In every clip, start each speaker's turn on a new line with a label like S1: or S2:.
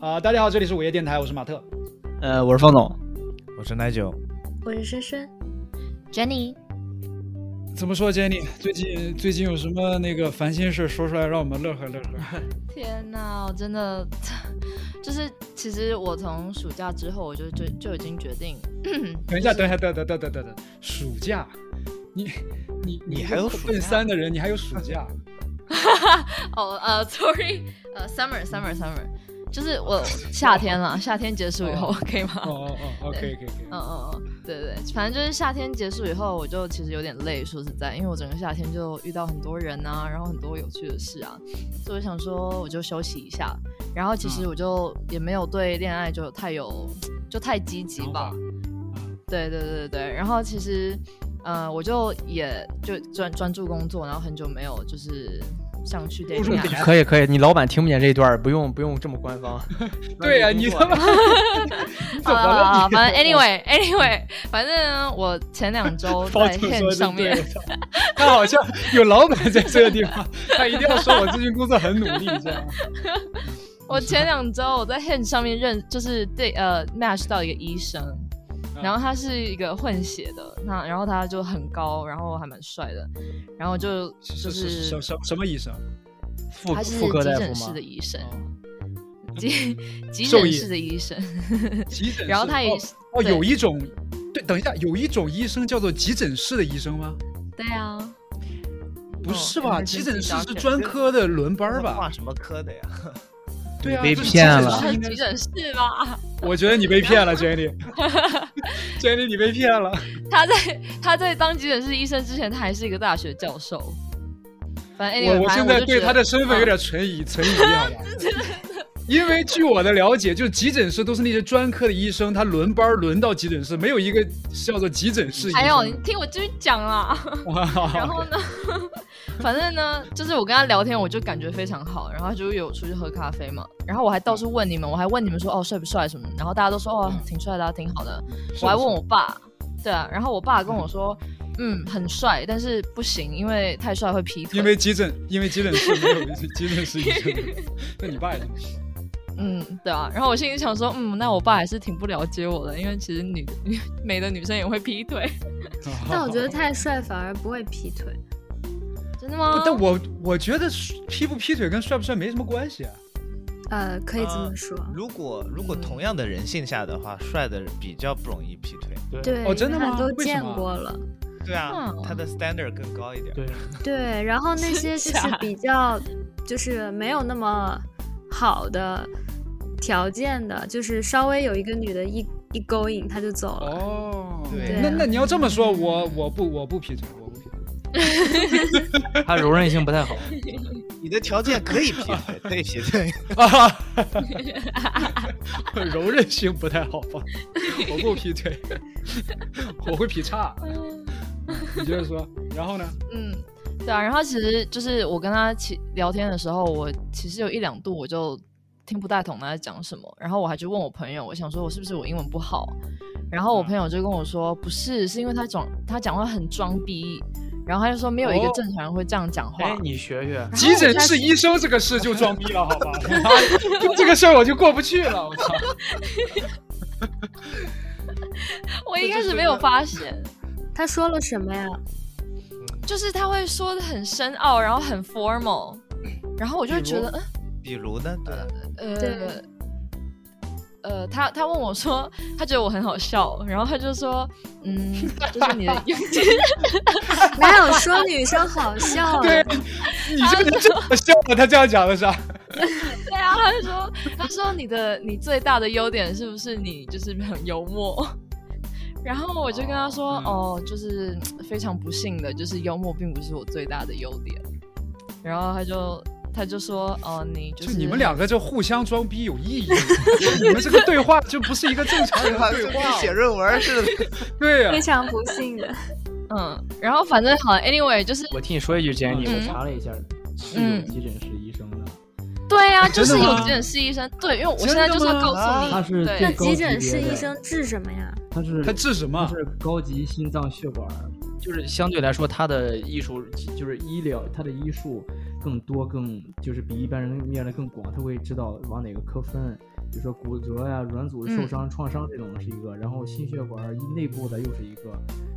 S1: 啊、大家好，这里是午夜电台，我是马特。
S2: 呃，我是方总，
S3: 我是奶酒，
S4: 我是深深，Jenny，
S1: 怎么说，Jenny？最近最近有什么那个烦心事说出来，让我们乐呵乐 呵。
S4: 天哪，我真的 就是，其实我从暑假之后，我就就就已经决定，
S1: 等一下，等一下，等等等等等等，暑假，你你
S3: 你
S1: 一个
S3: 还有
S1: 快
S3: 暑
S1: 奔
S3: 假
S1: 三的人，你还有暑 假？
S4: 哦呃，sorry，呃，summer summer summer，就是我夏天 了，夏天结束以后
S1: 哦
S4: 可以吗？
S1: 哦哦哦哦，可以可以可以。
S4: 嗯嗯嗯，对对，对反正就是夏天结束以后，我就其实有点累，说实在，因为我整个夏天就遇到很多人啊，然后很多有趣的事啊，所以我想说我就休息一下。然后其实我就也没有对恋爱就太有就太积极吧，对对对对对，然后其实，呃，我就也就专专注工作，然后很久没有就是上去
S1: 入住
S4: dating
S1: 点
S4: app
S2: 可以可以，你老板听不见这一段儿，不用不用这么官方。
S1: 对呀、你他妈，你怎么了？
S4: 啊，
S1: 你哦
S4: 反正 anyway anyway，反 正我前两 周
S1: 包
S4: 在
S1: 总说
S4: Hinge
S1: 的
S4: 上面
S1: 对，他好像有老板在这个地方，他一定要说我最近工作很努力这 样。
S4: 我前两周我在 Hinge 上面认，就是对呃 match 到一个医生，
S1: 嗯
S4: 然后他是一个混血的，那然后他就很高，然后还蛮帅的，然后就就是
S1: 是什什什么医生？
S2: 妇
S4: 他是
S2: 妇科
S4: 急
S2: 大
S4: 诊
S2: 夫
S4: 室
S2: 吗
S4: 的？医生，
S1: 哦嗯
S4: 急急
S1: 兽
S4: 诊
S1: 医
S4: 室的医生，
S1: 急诊室。
S4: 然后他也
S1: 哦
S4: 是
S1: 哦，
S4: 对
S1: 有一种，对，等一下，有一种医生叫做急诊室的医生吗？
S4: 对啊，
S1: 不
S4: 哦
S1: 是吧？
S4: emergency
S1: 急诊室是
S4: doctor
S1: 专科的轮班儿
S3: 挂
S1: 吧？
S3: 什么科的呀？
S1: 对啊，
S2: 你被
S1: 这是
S2: 骗
S1: 急诊
S2: 了
S1: 室
S4: 是
S1: 应该
S4: 急诊室吧？
S1: 我觉得你被骗了，Jenny。Jenny，你被骗了。
S4: 他在他在当急诊室医生之前，他还是一个大学教授。反正 anyway，
S1: 我我
S4: 反
S1: 现
S4: 正
S1: 在
S4: 就
S1: 对
S4: 觉
S1: 他
S4: 得嗯
S1: 的身份有点存疑，存疑 好吧？因为据我的了解，就是急诊室都是那些专科的医生，他轮班儿轮到急诊室，没有一个叫做急诊室医生。
S4: 还有，你听我继续讲啦。然后呢， 反正呢，就是我跟他聊天，我就感觉非常好。然后就有出去喝咖啡嘛，然后我还到处问你们，我还问你们说哦帅不帅什么的，然后大家都说哦
S1: 嗯
S4: 挺帅的、啊，挺好的。我还问我爸，对啊，然后我爸跟我说，嗯，很帅，但是不行，因为太帅会劈腿。
S1: 因为急诊，因为急诊室没有 急诊室医生。 那你爸也这么说？
S4: 嗯，对啊。然后我心里想说，嗯，那我爸还是挺不了解我的，因为其实女 美的女生也会劈腿，
S5: 但我觉得太帅反而不会劈腿。
S4: 真的吗
S1: 不，？但我我觉得劈不劈腿跟帅不帅没什么关系啊。
S5: 呃，可以这么
S3: 呃
S5: 说。
S3: 如果如果
S4: 嗯
S3: 同样的人性下的话，帅的比较不容易劈腿。
S5: 对，
S1: 哦真的
S5: 因为他
S1: 吗
S5: 都
S1: 为什
S5: 见
S1: 么
S5: 过了。
S3: 对啊
S4: 嗯，
S3: 他的 standard 更高一点。
S2: 对
S5: 对，然后那
S4: 真
S5: 些就
S4: 假
S5: 是比较，就是没有那么好的条件的，就是稍微有一个女的一一勾引他就走了。
S1: 哦，
S3: 对
S1: 那
S5: 啊
S1: 那你要这么说，我我不我不劈腿，我不劈腿。
S2: 他柔韧性不太好。
S3: 你的条件可以劈腿，可以劈腿。
S1: 啊， 柔韧性不太好吧？ 我不劈腿， 我会劈叉。
S5: 嗯
S1: 你接着说，然后呢？
S4: 嗯，对啊，然后其实就是我跟他其聊天的时候，我其实有一两度我就听不大懂他在讲什么，然后我还去问我朋友，我想说我是不是我英文不好，然后我朋友就跟我说不是，是因为他讲他讲话很装逼，然后他就说没有一个
S1: 哦
S4: 正常人会这样讲话。
S2: 哎，你学学，
S1: 急诊室医生这个事就装逼了，好吧？ 就这个事儿我就过不去了，我 操！
S4: 我一开始没有发现，
S5: 他说了什么呀？
S4: 就是他会说的很深奥，然后很 formal，然后我就会觉得嗯。
S3: 比如呢？对啊，
S4: 呃
S5: 对，
S4: 呃，他他问我说，他觉得我很好笑，然后他就说，嗯， 就是你的
S5: 哪有说女生好笑啊？
S1: 对你这个真好笑了，他这样讲的是吧？
S4: 对啊，他就说，他说你的你最大的优点是不是你就是很幽默？ 然后我就跟他说，
S1: 嗯
S4: 哦，就是非常不幸的，就是幽默并不是我最大的优点。然后他就他就说，哦，你就
S1: 就是你们两个这互相装逼有意义 吗？你们这个对话就不是一个正常人的对
S3: 就跟
S1: 话。
S3: 写论文似的。
S1: 对啊呀
S5: 非，常不幸的。
S4: 嗯，然后反正好，anyway，就是
S2: 我替你说一句，简你，
S4: 嗯
S2: 我查了一下，是有
S4: 嗯
S2: 急诊室医生的，
S4: 对啊，就
S1: 真的
S4: 是有
S1: 吗
S4: 急诊室医生，对，因为我
S1: 真
S4: 现在
S1: 的
S4: 就是要
S1: 吗 啊
S4: 告诉
S3: 啊
S4: 你，
S2: 他是
S4: 对
S2: 最
S5: 那
S2: 高
S5: 急
S2: 级
S5: 诊
S2: 别
S5: 室医
S2: 的
S5: 生治什么呀？
S2: 他是
S1: 他治什
S2: 他
S1: 么？
S4: 嗯
S2: 是高级心脏血管儿，就是相对来说他的艺术就是医疗，他的医术更多更就是比一般人面的更广，他会知道往哪个科分，比如说骨折呀、软组
S4: 嗯
S2: 织受伤、创伤这种是一个，然后心血管内部的又是一个，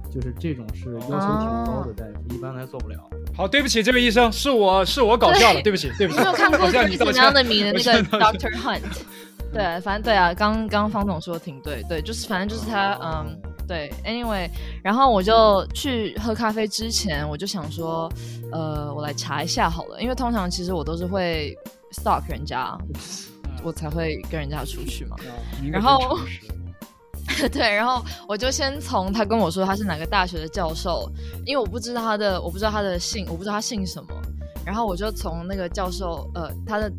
S2: 就是这种是要求挺高
S4: 哦
S2: 的大夫，一般来做不了。
S1: 好，对不起，这位医生，是我是我搞笑了，
S4: 对
S1: 对不起，对不
S4: 你
S1: 起。
S4: 有没有看过
S1: 我向
S4: 《
S1: 你
S4: 是
S1: 道
S4: 怎
S1: 歉
S4: 样的名》的那
S1: 我向
S4: 个
S1: 你道歉
S4: Doctor Hunt？对，反正对啊，刚刚刚方总说的挺对，对，就是反正就是他，嗯，对，anyway，然后我就去喝咖啡之前，我就想说，呃，我来查一下好了，因为通常其实我都是会 stalk 人家，我才会跟人家出去嘛。
S1: 哦你应该
S4: 然后
S1: 很诚实
S4: 对，然后我就先从他跟我说他是哪个大学的教授，因为我不知道他的，我不知道他的姓，我不知道他姓什么，然后我就从那个教授，呃，他的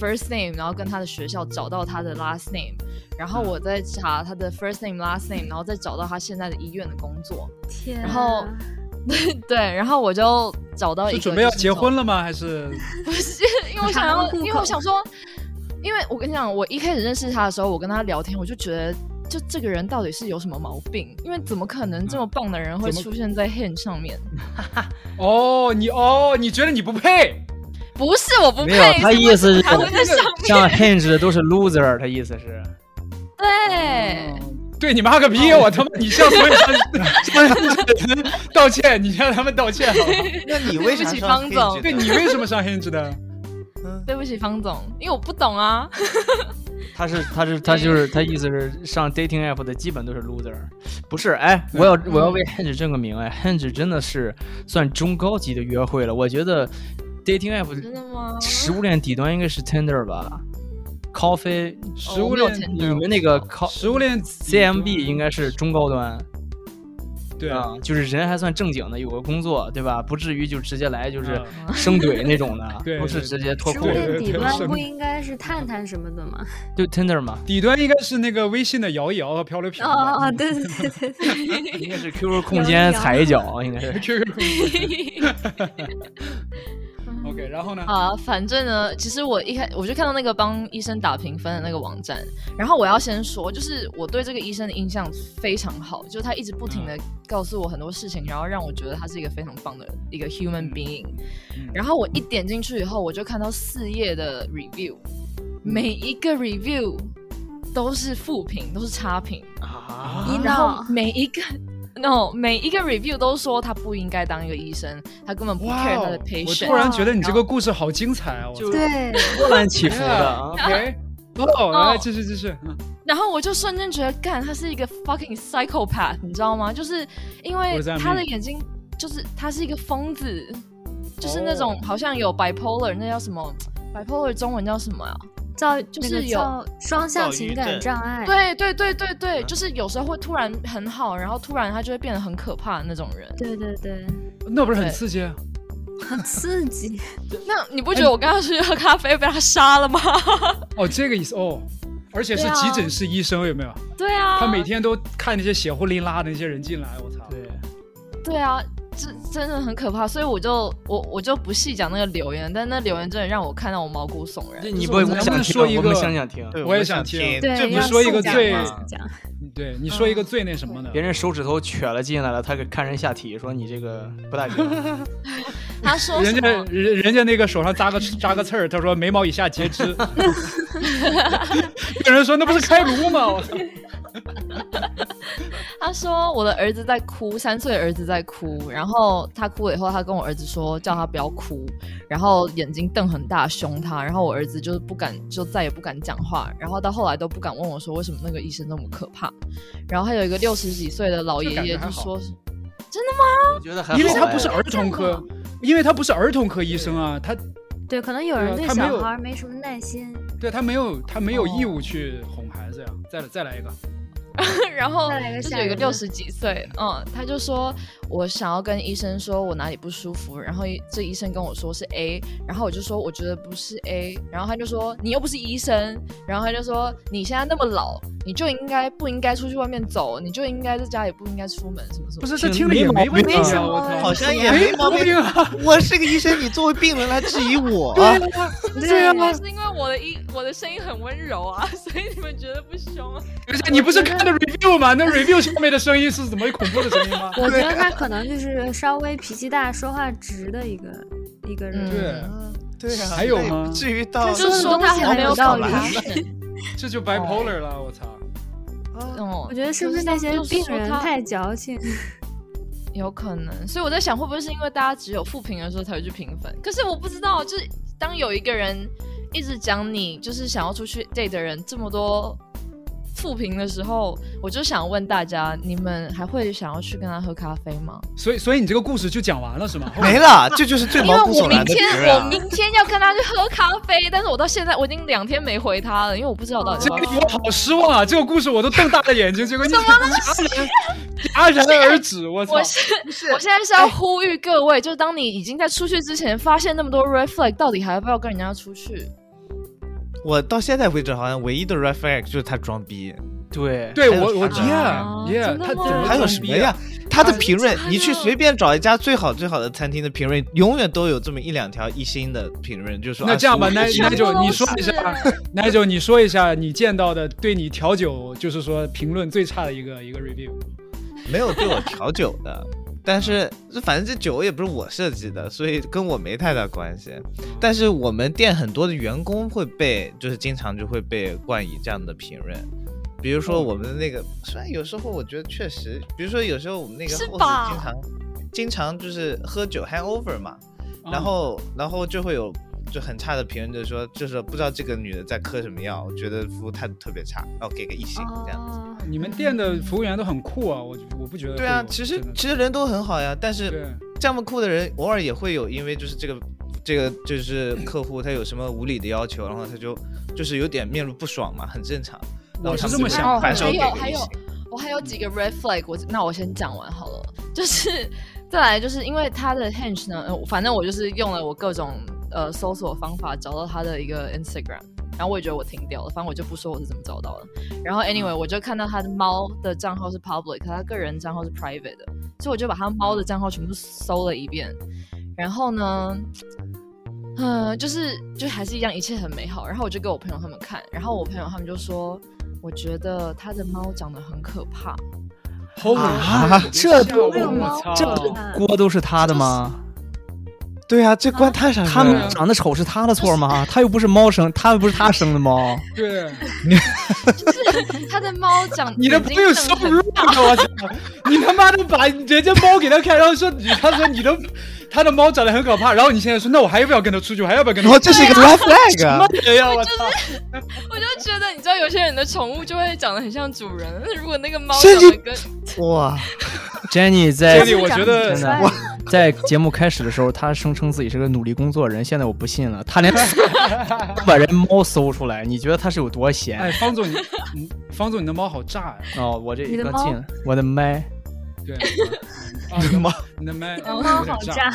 S4: first name，然后跟他的学校找到他的 last name，然后我再查他的 first name last name，然后再找到他现在的医院的工作，
S5: 天啊，
S4: 然后对，然后我就找到一
S1: 是
S4: 个
S1: 准备要
S4: 就是
S1: 结
S4: 从
S1: 婚了吗？还是
S4: 不是， 因为我想
S5: 查
S4: 要
S5: 到，户口
S4: 因为我想说，因为我跟你讲，我一开始认识他的时候，我跟他聊天，我就觉得，就这个人到底是有什么毛病？因为怎么可能这么棒的人会
S1: 怎么
S4: 出现在 Hin 上面？
S2: 嗯
S1: 哦，你哦，你觉得你不配？
S4: 不是，我不
S2: 没有啊
S4: 配，，
S2: 他
S4: 是
S2: 意思是
S4: 他会在上面。
S2: 像 Hinge 的都是 loser，他意思是。
S4: 对，
S1: 对你妈个逼！我他妈，你向所有 上所有上人道歉，你向他们道歉好吗？
S3: 那你为
S4: 对
S3: 啥
S4: 不起
S3: 上
S4: 方
S3: 黑
S4: 总
S3: 纸
S1: 对
S3: 呢
S1: 你为什么上 Hinge 的？
S4: 对不起，方总，因为我不懂啊。
S2: 他是他是他就是他意思是上 dating app 的基本都是 loser，不是？哎，我要我要为 Hinge 正个名哎，Hinge 真的是算中高级的约会了。我觉得 dating app
S4: 真的吗？
S2: 食物链底端应该是 Tinder 吧，咖啡
S1: 食
S4: 我
S1: 物
S4: 没有
S1: 链，
S4: Tinder
S2: 你们那个咖
S1: 食物链
S2: CMB 应该是中高端
S1: 对啊，，
S2: 就是人还算正经的，有个工作对吧？不至于就直接来就是
S1: 嗯
S2: 生怼那种的，
S1: 对
S2: 不是
S1: 对
S2: 直接脱
S5: 食
S2: 裤
S5: 物
S1: 对
S2: 子，
S5: 链
S1: 对
S5: 底
S1: 对
S5: 端
S1: 是
S5: 不应该是探探什么 的吗？
S2: 就 Tinder 嘛，
S1: 底端应该是那个微信的摇一摇和漂流瓶
S5: 哦
S1: 吧。
S5: 哦哦，对对对对对，
S2: 应该是 QQ 空间踩一脚，应该是。
S1: QQ 空间 OK，然后呢？
S4: 啊，反正呢，其实我一开我就看到那个帮医生打评分的那个网站，然后我要先说，就是我对这个医生的印象非常好，就是他一直不停
S1: 嗯
S4: 的告诉我很多事情，然后让我觉得他是一个非常棒的一个 human being。
S1: 嗯
S4: 然后我一点进去以后，我就看到四页的 review，每
S1: 嗯
S4: 一个 review 都是负评，都是差评，
S1: 嗯
S2: 啊
S5: 一
S4: 然后
S5: 闹
S4: 每一个。no，每一个 review 都说他不应该当一个医生，他根本不 care 他
S1: 哦
S4: 的 patient。
S1: 我突然觉得你这个故事好精彩啊！我
S2: 就
S5: 对，
S2: 波澜起伏的啊
S1: o。k 哦，来继续继续，嗯
S4: 然后我就瞬间觉得，干，他是一个 fucking psychopath，你知道吗？就是因
S1: What
S4: 为
S1: does that
S4: 他的
S1: mean？
S4: 眼睛，就是他是一个疯子，就是那
S1: 哦
S4: 种好像有 bipolar，那叫什么 bipolar 中文叫什么呀、啊
S5: 躁
S4: 就
S5: 那
S4: 是
S5: 个
S4: 有
S5: 躁双向
S3: 躁
S5: 情
S3: 郁
S5: 感
S3: 症
S5: 障碍，
S4: 对对对对
S1: 嗯
S4: 对，就是有时候会突然很好，然后突然他就会变得很可怕的那种人。
S5: 对对对，
S1: 那不是很
S4: 对
S1: 刺激啊？
S5: 很刺 激。
S4: 那你不觉得我刚刚去喝咖啡被他杀了吗？
S1: 哦，这个意思哦，而且是
S4: 对啊
S1: 急诊室医生有没有？
S4: 对啊，
S1: 他每天都看那些血呼淋拉的那些人进来，我操！
S2: 对，
S4: 对啊，这真的很可怕，所以我就我我就不细讲那个留言，但那留言真的让我看到我毛骨悚然。
S2: 这你
S4: 就是
S2: 不
S4: 我
S2: 我
S1: 能
S2: 们
S1: 不
S2: 想
S1: 能
S2: 听
S1: 说一
S2: 我们
S1: 个
S2: 想想听。
S3: 对，
S1: 我也想
S3: 想
S1: 听
S5: 对，
S1: 这不
S5: 要
S1: 是说一个
S5: 讲
S1: 最
S5: 要讲
S1: 对你说一个最那什么的，
S4: 嗯
S2: 别人手指头瘸了进来了，他给看人下体，说你这个不大行。
S4: 他说
S1: 人
S4: 什
S1: 家
S4: 么？
S1: 人人家那个手上扎个扎个刺儿，他说眉毛以下截 肢，有人说那不是开颅吗？我操！
S4: 他说我的儿子在哭，三岁的儿子在哭，然后他哭了以后，他跟我儿子说叫他不要哭，然后眼睛瞪很大凶他，然后我儿子就是不敢，就再也不敢讲话，然后到后来都不敢问我说为什么那个医生那么可怕，然后还有一个六十几岁的老爷
S1: 这
S4: 爷
S1: 感觉还
S4: 就
S1: 好
S4: 说，
S2: 我觉得还好
S1: 因为他
S2: 哎
S1: 不是儿童科，因为他不是儿童科医生啊，他
S5: 对，可能有
S1: 对
S5: 人
S1: 啊
S5: 对
S1: 他没
S5: 小
S1: 有
S5: 孩儿没什么耐心。
S1: 对他没有他没有
S4: 哦
S1: 义务去哄孩子呀。再来再来一个，
S4: 然后
S5: 再来一个
S4: 哦就是
S5: 吓
S4: 有一个
S5: 人的
S4: 六十几岁，嗯，他就说我想要跟医生说我哪里不舒服，然后这医生跟我说是 A，然后我就说我觉得不是 A，然后他就说你又不是医生，然后他就说你现在那么老，你就应该不应该出去外面走，你就应该在家里不应该出门什么什么。
S1: 不
S4: 是，
S1: 是这听着也没问题
S5: 没什
S1: 啊，
S5: 么
S1: 我操，
S3: 好像也没毛病
S1: 没啊。
S3: 我是个医生，你作为病人来质疑我，
S5: 对啊，
S4: 是因为我的音我的声音很温柔啊， 所以你们觉得不凶啊？
S1: 而且你不是看的 review 吗？那 review 上面的声音是怎么恐怖的声音吗？
S5: 我觉得他可能就是稍微脾气大、说话直的一个一个人。
S4: 嗯
S1: 对，
S3: 对啊，
S1: 还有
S3: 那也
S1: 吗
S3: 不至于到
S5: 他说的
S4: 说
S5: 东
S4: 他
S5: 西
S4: 很
S5: 很
S4: 没
S5: 有
S4: 有
S5: 道
S4: 考
S5: 理
S4: 虑
S1: 这就 bipolar 了，我操！
S4: 嗯，
S5: 我觉得是不是那些
S4: 就是
S5: 病
S4: 说
S5: 人
S4: 他
S5: 太矫情？
S4: 有可能，所以我在想，会不会是因为大家只有负评的时候才会去评分？可是我不知道，就是当有一个人一直讲你就是想要出去 date 的人这么多负评的时候，我就想问大家，你们还会想要去跟他喝咖啡吗？
S1: 所以所以你这个故事就讲完了是吗？后面
S3: 没了，这就是最
S4: 因为
S3: 毛骨
S4: 我
S3: 悚
S4: 明
S3: 然的敌
S4: 天
S3: 人
S4: 我
S3: 啊。
S4: 明天要跟他去喝咖啡，但是我到现在我已经两天没回他了，因为我不知道到底
S1: 这
S4: 要不
S1: 个
S4: 要
S1: 我好失望啊！这个故事我都瞪大了眼睛，结果你戛然戛然而止，我操
S4: 我！是我现在是要呼吁各位，就是当你已经在出去之前发现那么多 red flag，到底还要不要跟人家出去？
S3: 我到现在为止，好像唯一的 red flag 就是他装逼。
S2: 对
S1: 对
S3: 还有
S1: 我我
S3: 啥呀
S1: yeah yeah，
S4: 真的
S1: 他怎
S4: 吗
S1: 么
S3: 还有
S1: 装
S3: 什么
S1: 逼
S3: 呀
S1: 啊？？
S3: 他的
S1: 真
S3: 评论
S4: 假，
S3: 你去
S4: 的
S3: 随便找一家最好最好的餐厅的评论，永远都有这么一两条一星的评论，就说
S1: 那
S3: 啊
S1: 这样吧，
S3: 是
S1: 那
S3: 我
S1: 那
S4: 全部
S1: 就
S4: 都
S1: 你说一
S4: 是
S1: 下，那就你说一下你见到的对你调酒就是说评论最差的一个一个 review。
S3: 没有对我调酒的，但是这反正这酒也不是我设计的，所以跟我没太大关系。但是我们店很多的员工会被，就是经常就会被冠以这样的评论。比如
S1: 哦
S3: 说我们的那个，虽然有时候我觉得确实，比如说有时候我们那个
S4: 是
S3: host
S4: 吧
S3: 经常经常就是喝酒 hangover 嘛，
S4: 哦
S1: 啊
S3: 然后然后就会有就很差的评论，就是说就是不知道这个女的在嗑什么药，我觉得服务态度特别差，然后给个一星这样子。
S5: 哦，
S1: 你们店的服务员都很酷啊，我我不觉得会有。
S3: 对啊，其实
S1: 真的
S3: 其实人都很好呀，但是
S1: 对
S3: 这么酷的人，偶尔也会有，因为就是这个这个就是客户他有什么无理的要求，然后他就就是有点面露不爽嘛，很正常。然
S1: 我
S3: 后
S1: 是
S3: 他们
S1: 这么
S3: 就
S1: 想的
S3: 反手
S4: 哦还
S3: 给
S4: 有
S3: 个
S4: 还
S3: 一
S4: 有
S3: 星
S4: 我还有几个 red flag，我那我先讲完好了。就是再来，就是因为他的 hinge 呢，呃反正我就是用了我各种呃搜索方法找到他的一个 Instagram，然后我也觉得我停掉了，反正我就不说我是怎么找到的。然后 anyway，我就看到他的猫的账号是 public，他个人账号是 private 的，所以我就把他猫的账号全部搜了一遍。然后呢，嗯，就是就还是一样，一切很美好。然后我就给我朋友他们看，然后我朋友他们就说，我觉得他的猫长得很可 怕。
S1: ，Holy shit，
S2: 这
S1: 吓我
S5: 这个
S1: 我
S5: 猫
S1: 操！
S2: 这
S5: 不
S2: 锅都是他的吗？
S3: 对啊，这关他啥事
S2: 他
S3: 儿
S2: 们
S3: 啊？
S2: 长得丑是他的错吗？他又不是猫生，他又不是他生的 猫。
S1: 对，
S4: 他的猫长，
S1: 你的
S4: 眼睛
S1: 朋友
S4: 瞪
S1: so
S4: 很
S1: rude，我操！你他妈的把人家猫给他看，然后说你，他说你的他的猫长得很可怕，然后你现在说那我还要不要跟他出去？我还要不要跟
S3: 然
S1: 他
S3: 后
S2: 哦
S1: 出去？
S3: 这是一个 red flag，
S1: 什
S3: 啊
S1: 么人呀！我操！
S4: 我就觉得，你知道有些人的宠物就会长得很像主人，那如果那个猫
S3: 甚
S4: 长
S3: 至
S4: 得跟
S3: 哇，
S2: Jenny 在
S1: 这里我觉得
S2: 真的在节目开始的时候，他声称自己是个努力工作人，现在我不信了， 他连把人猫搜出来，你觉得他是有多
S1: 哎
S2: 闲？，
S1: 方总，你你方总，你的猫好炸呀！
S2: 哦，我这
S5: 你的
S2: 刚
S5: 猫
S2: 进，我的麦，
S1: 对，啊你的猫，你的麦，哦
S5: 猫好
S1: 有点
S5: 炸。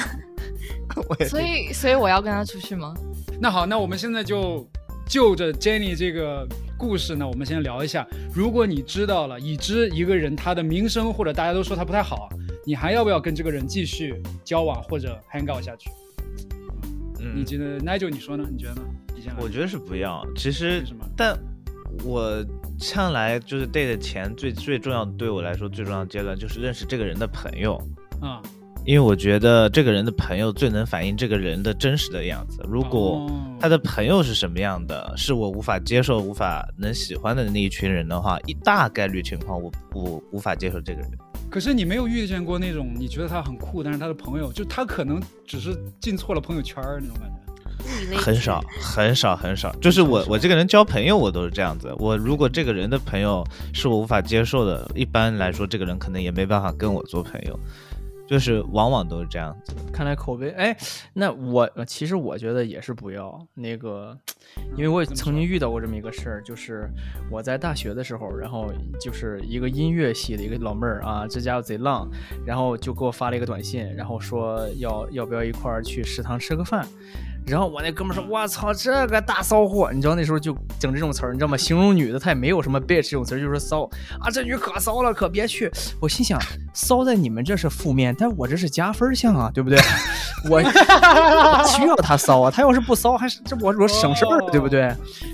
S3: 我也
S4: 所以所以我要跟他出去吗？
S1: 那好，那我们现在就就着 Jenny 这个故事呢，我们先聊一下。如果你知道了已知一个人他的名声或者大家都说他不太好，你还要不要跟这个人继续交往或者 hang out 下去？你
S3: 嗯，
S1: 觉得 Nigel 你说呢？你觉得呢？你先来
S3: 我觉得是不要。其
S1: 嗯
S3: 实
S1: 为什么？
S3: 但我向来就是 date 前最最重要的，对我来说最重要的阶段就是认识这个人的朋友。
S1: 啊，
S3: 因为我觉得这个人的朋友最能反映这个人的真实的样子。如果
S1: 哦
S3: 他的朋友是什么样的，是我无法接受、无法能喜欢的那一群人的话，一大概率情况我我无法接受这个人。
S1: 可是你没有遇见过那种你觉得他很酷，但是他的朋友就他可能只是进错了朋友圈儿那种感觉。
S3: 很少，很少，很少。就是我，我这个人交朋友，我都是这样子。我如果这个人的朋友是我无法接受的，一般来说，这个人可能也没办法跟我做朋友。就是往往都是这样子。
S2: 看来口碑，哎，那我呃其实我觉得也是不要那个，因为我也
S1: 怎么
S2: 曾经
S1: 说
S2: 遇到过这么一个事儿，就是我在大学的时候，然后就是一个音乐系的一个老妹儿啊，这家伙贼浪，然后就给我发了一个短信，然后说要要不要一块儿去食堂吃个饭。然后我那哥们儿说：“我操，这个大骚货！”你知道那时候就整这种词儿，你知道吗？形容女的，她也没有什么 bitch 这种词儿，就是说骚啊，这女可骚了，可别去。我心想，骚在你们这是负面，但我这是加分项啊，对不对？ 我我需要他骚啊，他要是不骚，还是这我我省事儿
S1: 哦，
S2: 对不对？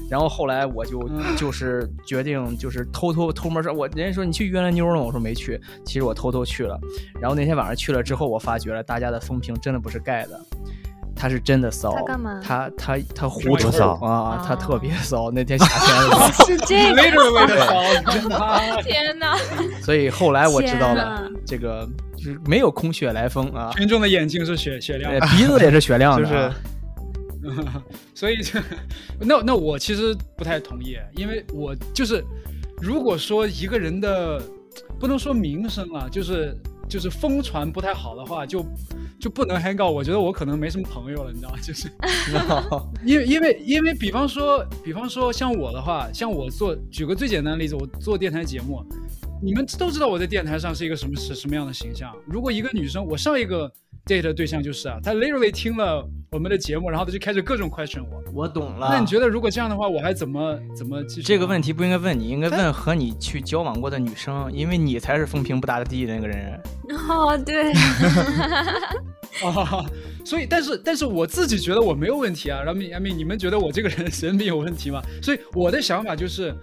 S2: 然后后来我就
S1: 嗯
S2: 就是决定就是偷偷偷摸说，我人家说你去约了妞了吗，我说没去，其实我偷偷去了。然后那天晚上去了之后，我发觉了大家的风评真的不是盖的。他是真的骚。
S5: 他干嘛
S2: 他他他
S3: 是
S2: 狐
S3: 吗
S2: 臭
S3: 多骚
S2: 啊，他
S5: 啊
S2: 特别骚。 那天夏天的
S5: 哦 是这 个，
S1: literally 为了骚，真的。
S4: 天哪！
S2: 所以后来我知道了
S5: 天，啊
S2: 这个就是没有空穴来风啊，
S1: 群众的眼睛是雪雪亮
S2: 呃
S1: 的，
S2: 鼻子也是雪亮
S3: 就
S2: 的啊，
S3: 是
S1: 所以这 那那我其实不太同意，因为我就是如果说一个人的不能说名声啊，就是就是疯传不太好的话，就就不能 hang out。我觉得我可能没什么朋友了，你知道吗？ 就是因为因为因为比方说比方说像我的话，像我做举个最简单的例子，我做电台节目，你们都知道我在电台上是一个什么什什么样的形象。如果一个女生，我上一个 date 的对象就是啊，她 literally 听了我们的节目，然后她就开始各种 question 我。
S2: 我懂了。
S1: 那你觉得如果这样的话，我还怎么怎么继续？
S2: 啊这个问题不应该问你，应该问和你去交往过的女生，因为你才是风评不大的第一的那个人。
S5: 哦，对，
S1: 啊，所以但是但是我自己觉得我没有问题啊。然后米阿米，你们觉得我这个人神经病有问题吗？ 所以我的想法就是，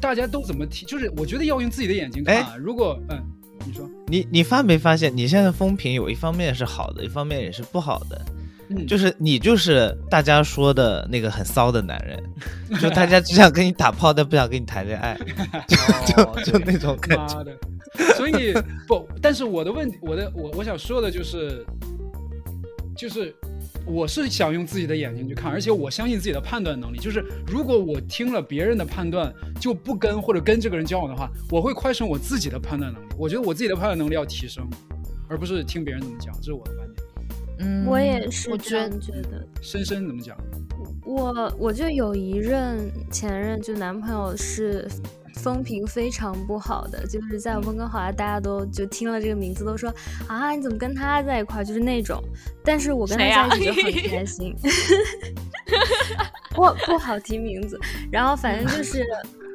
S1: 大家都怎么提，就是我觉得要用自己的眼睛
S2: 哎
S1: 看、啊。如果嗯，你说，
S3: 你你发没发现，你现在的风评有一方面是好的，一方面也是不好的。
S1: 嗯，
S3: 就是你就是大家说的那个很骚的男 人，就大家只想跟你打炮，但不想跟你谈恋爱，
S2: 哦
S3: 就那种感觉。
S1: 妈的，所以不，但是我的问题，我的我我想说的就是，就是我是想用自己的眼睛去看，而且我相信自己的判断能力。就是如果我听了别人的判断就不跟或者跟这个人交往的话，我会快升我自己的判断能力。我觉得我自己的判断能力要提升，而不是听别人怎么讲，这是我的观点。
S4: 嗯，
S5: 我也是
S4: 我
S5: 这
S4: 觉
S5: 样
S4: 得
S5: 觉得。
S1: 深深怎么讲？
S5: 我我就有一任前任，就男朋友是风评非常不好的，就是在温哥华，大家都就听了这个名字都说啊，你怎么跟他在一块儿？就是那种。但是我跟
S4: 谁
S5: 他
S4: 呀
S5: 在一起就很开心。 不不好提名字，然后反正 就是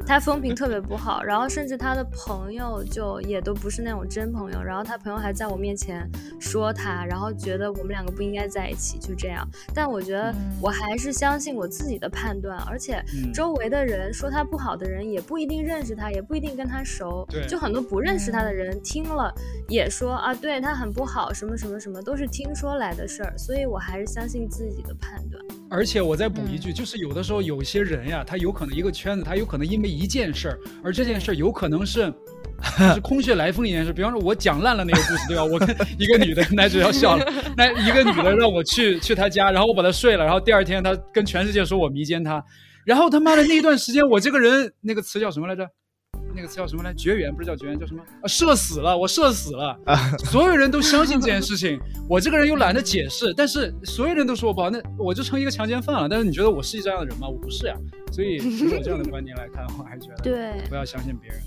S5: 他风评特别不好，然后甚至他的朋友就也都不是那种真朋友，然后他朋友还在我面前说他，然后觉得我们两个不应该在一起，就这样。但我觉得
S4: 嗯
S5: 我还是相信我自己的判断，而且
S1: 嗯
S5: 周围的人说他不好的人也不一定认识他，也不一定跟他熟
S1: 对，嗯
S5: 就很多不认识他的人听了也说啊，对他很不好，什么什么什么，都是听说来的事儿，所以我还是相信自己的判断。
S1: 而且我再补一句，就是有的时候有些人呀，他有可能一个圈子，他有可能因为一件事儿，而这件事儿有可能是。 就是空穴来风的一件事，比方说，我讲烂了那个故事，对吧？我跟一个女的，奶只要笑了，那一个女的让我去去她家，然后我把她睡了，然后第二天她跟全世界说我迷奸她，然后他妈的那一段时间，我这个人那个词叫什么来着？那个词叫什么来？绝缘不是叫绝缘，叫什么？啊，社死了，我社死了，所有人都相信这件事情，我这个人又懒得解释，但是所有人都说我不好，那我就成一个强奸犯了。但是你觉得我是这样的人吗？我不是呀、所以从我这样的观点来看，我还是觉得
S5: 对，
S1: 不要相信别人。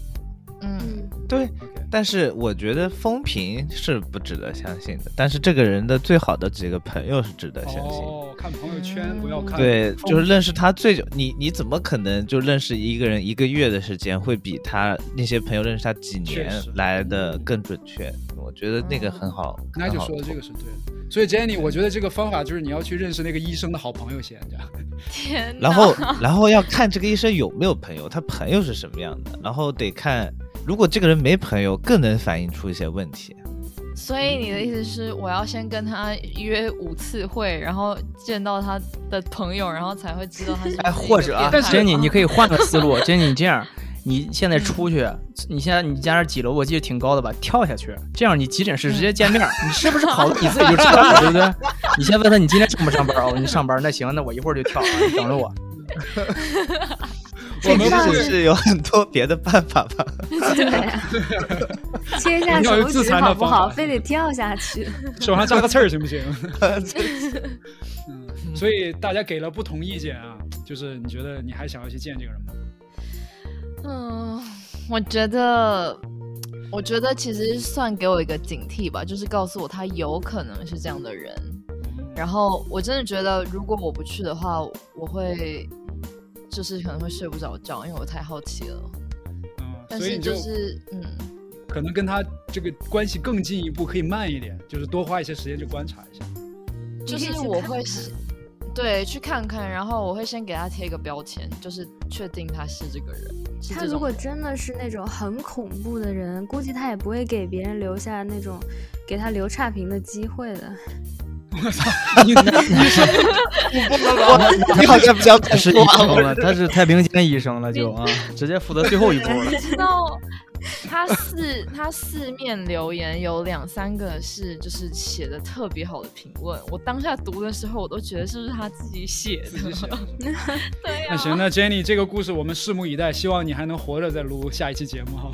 S4: 嗯，
S5: 嗯，
S3: 对，
S1: OK，
S3: 但是我觉得风评是不值得相信的，但是这个人的最好的几个朋友是值得相信。
S1: 哦，看朋友圈不要看，
S3: 对，
S1: 风
S3: 就是认识他最久，你你怎么可能就认识一个人一个月的时间，会比他那些朋友认识他几年
S1: 确实
S3: 来的更准确？我觉得那个很好，
S1: 嗯那
S3: 很
S1: 就
S3: 好
S1: 说的这
S3: 做
S1: 个是对的。所以 Jenny，我觉得这个方法就是你要去认识那个医生的好朋友先，这样。
S4: 天哪。
S3: 然后，然后要看这个医生有没有朋友，他朋友是什么样的，然后得看，如果这个人没朋友，更能反映出一些问题。
S4: 所以你的意思是，我要先跟他约五次会，然后见到他的朋友，然后才会知道他是不是一个嗯
S2: 哎，或者啊
S4: 变态
S2: Jenny，你可以换个思路，Jenny，你这样，你现在出去，你现在你家那几楼，我记得挺高的吧，跳下去，这样你急诊室直接见面儿，你是不是好了你自己就知道了，对不对？你先问他你今天上不上班？哦，你上班，那行，那我一会儿就跳了，你等着我。
S1: 我们
S3: 其
S1: 不
S3: 实
S1: 是
S3: 是有很多别的办法吧？
S5: 对呀、 切一下
S1: 你要有
S5: 手
S1: 自
S5: 指
S1: 残的
S5: 好不
S1: 方法
S5: 好？非得跳 下去？
S1: 手上扎个刺儿行不 行？ 嗯，所以大家给了不同意见啊，就是你觉得你还想要去见这个人吗？
S4: 嗯，我觉得，我觉得其实算给我一个警惕吧，就是告诉我他有可能是这样的人。然后我真的觉得，如果我不去的话，我会就是可能会睡不着觉，因为我太好奇了。
S1: 嗯，
S4: 但
S1: 所以
S4: 是
S1: 你
S4: 是嗯，
S1: 可能跟他这个关系更进一步，可以慢一点，就是多花一些时间去观察 一下。
S4: 就
S5: 你可以
S4: 是
S5: 去
S4: 我
S5: 看
S4: 会
S5: 看啊
S4: 是对去看看，然后我会先给他贴一个标签，就是确定他是这个人。是
S5: 他
S4: 这
S5: 如
S4: 种
S5: 果
S4: 人
S5: 真的是那种很恐怖的人，估计他也不会给别人留下那种给他留差评的机会的。
S1: 我操，你你说
S3: 你好像比较
S2: 他是医生了，他是太平间医生了，就啊，直接负责最后一步了。
S4: 知道 他四他四面留言有两三个是就是写的特别好的评论，我当下读的时候我都觉得是不是他自己写的？
S1: 己写的
S4: 对啊呀、
S1: 那行，那 Jenny 这个故事我们拭目以待，希望你还能活着再录下一期节目哈。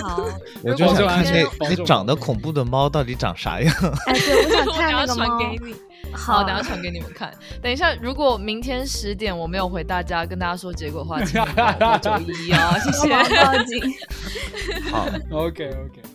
S4: 好，
S3: 我就想看
S1: 这
S3: 那那长得恐怖的猫到底长啥样。
S5: 哎，对，我想
S4: 我
S5: 看那
S4: 等下
S5: 个
S4: 传
S5: 猫。
S4: 给你。
S5: 好
S4: 好，等下传给你们看。等一下，如果明天十点我没有回大家，跟大家说结果的话，请你们九一啊，谢
S5: 帮
S4: 谢。
S5: 忙报警。
S3: 好，
S1: OK OK，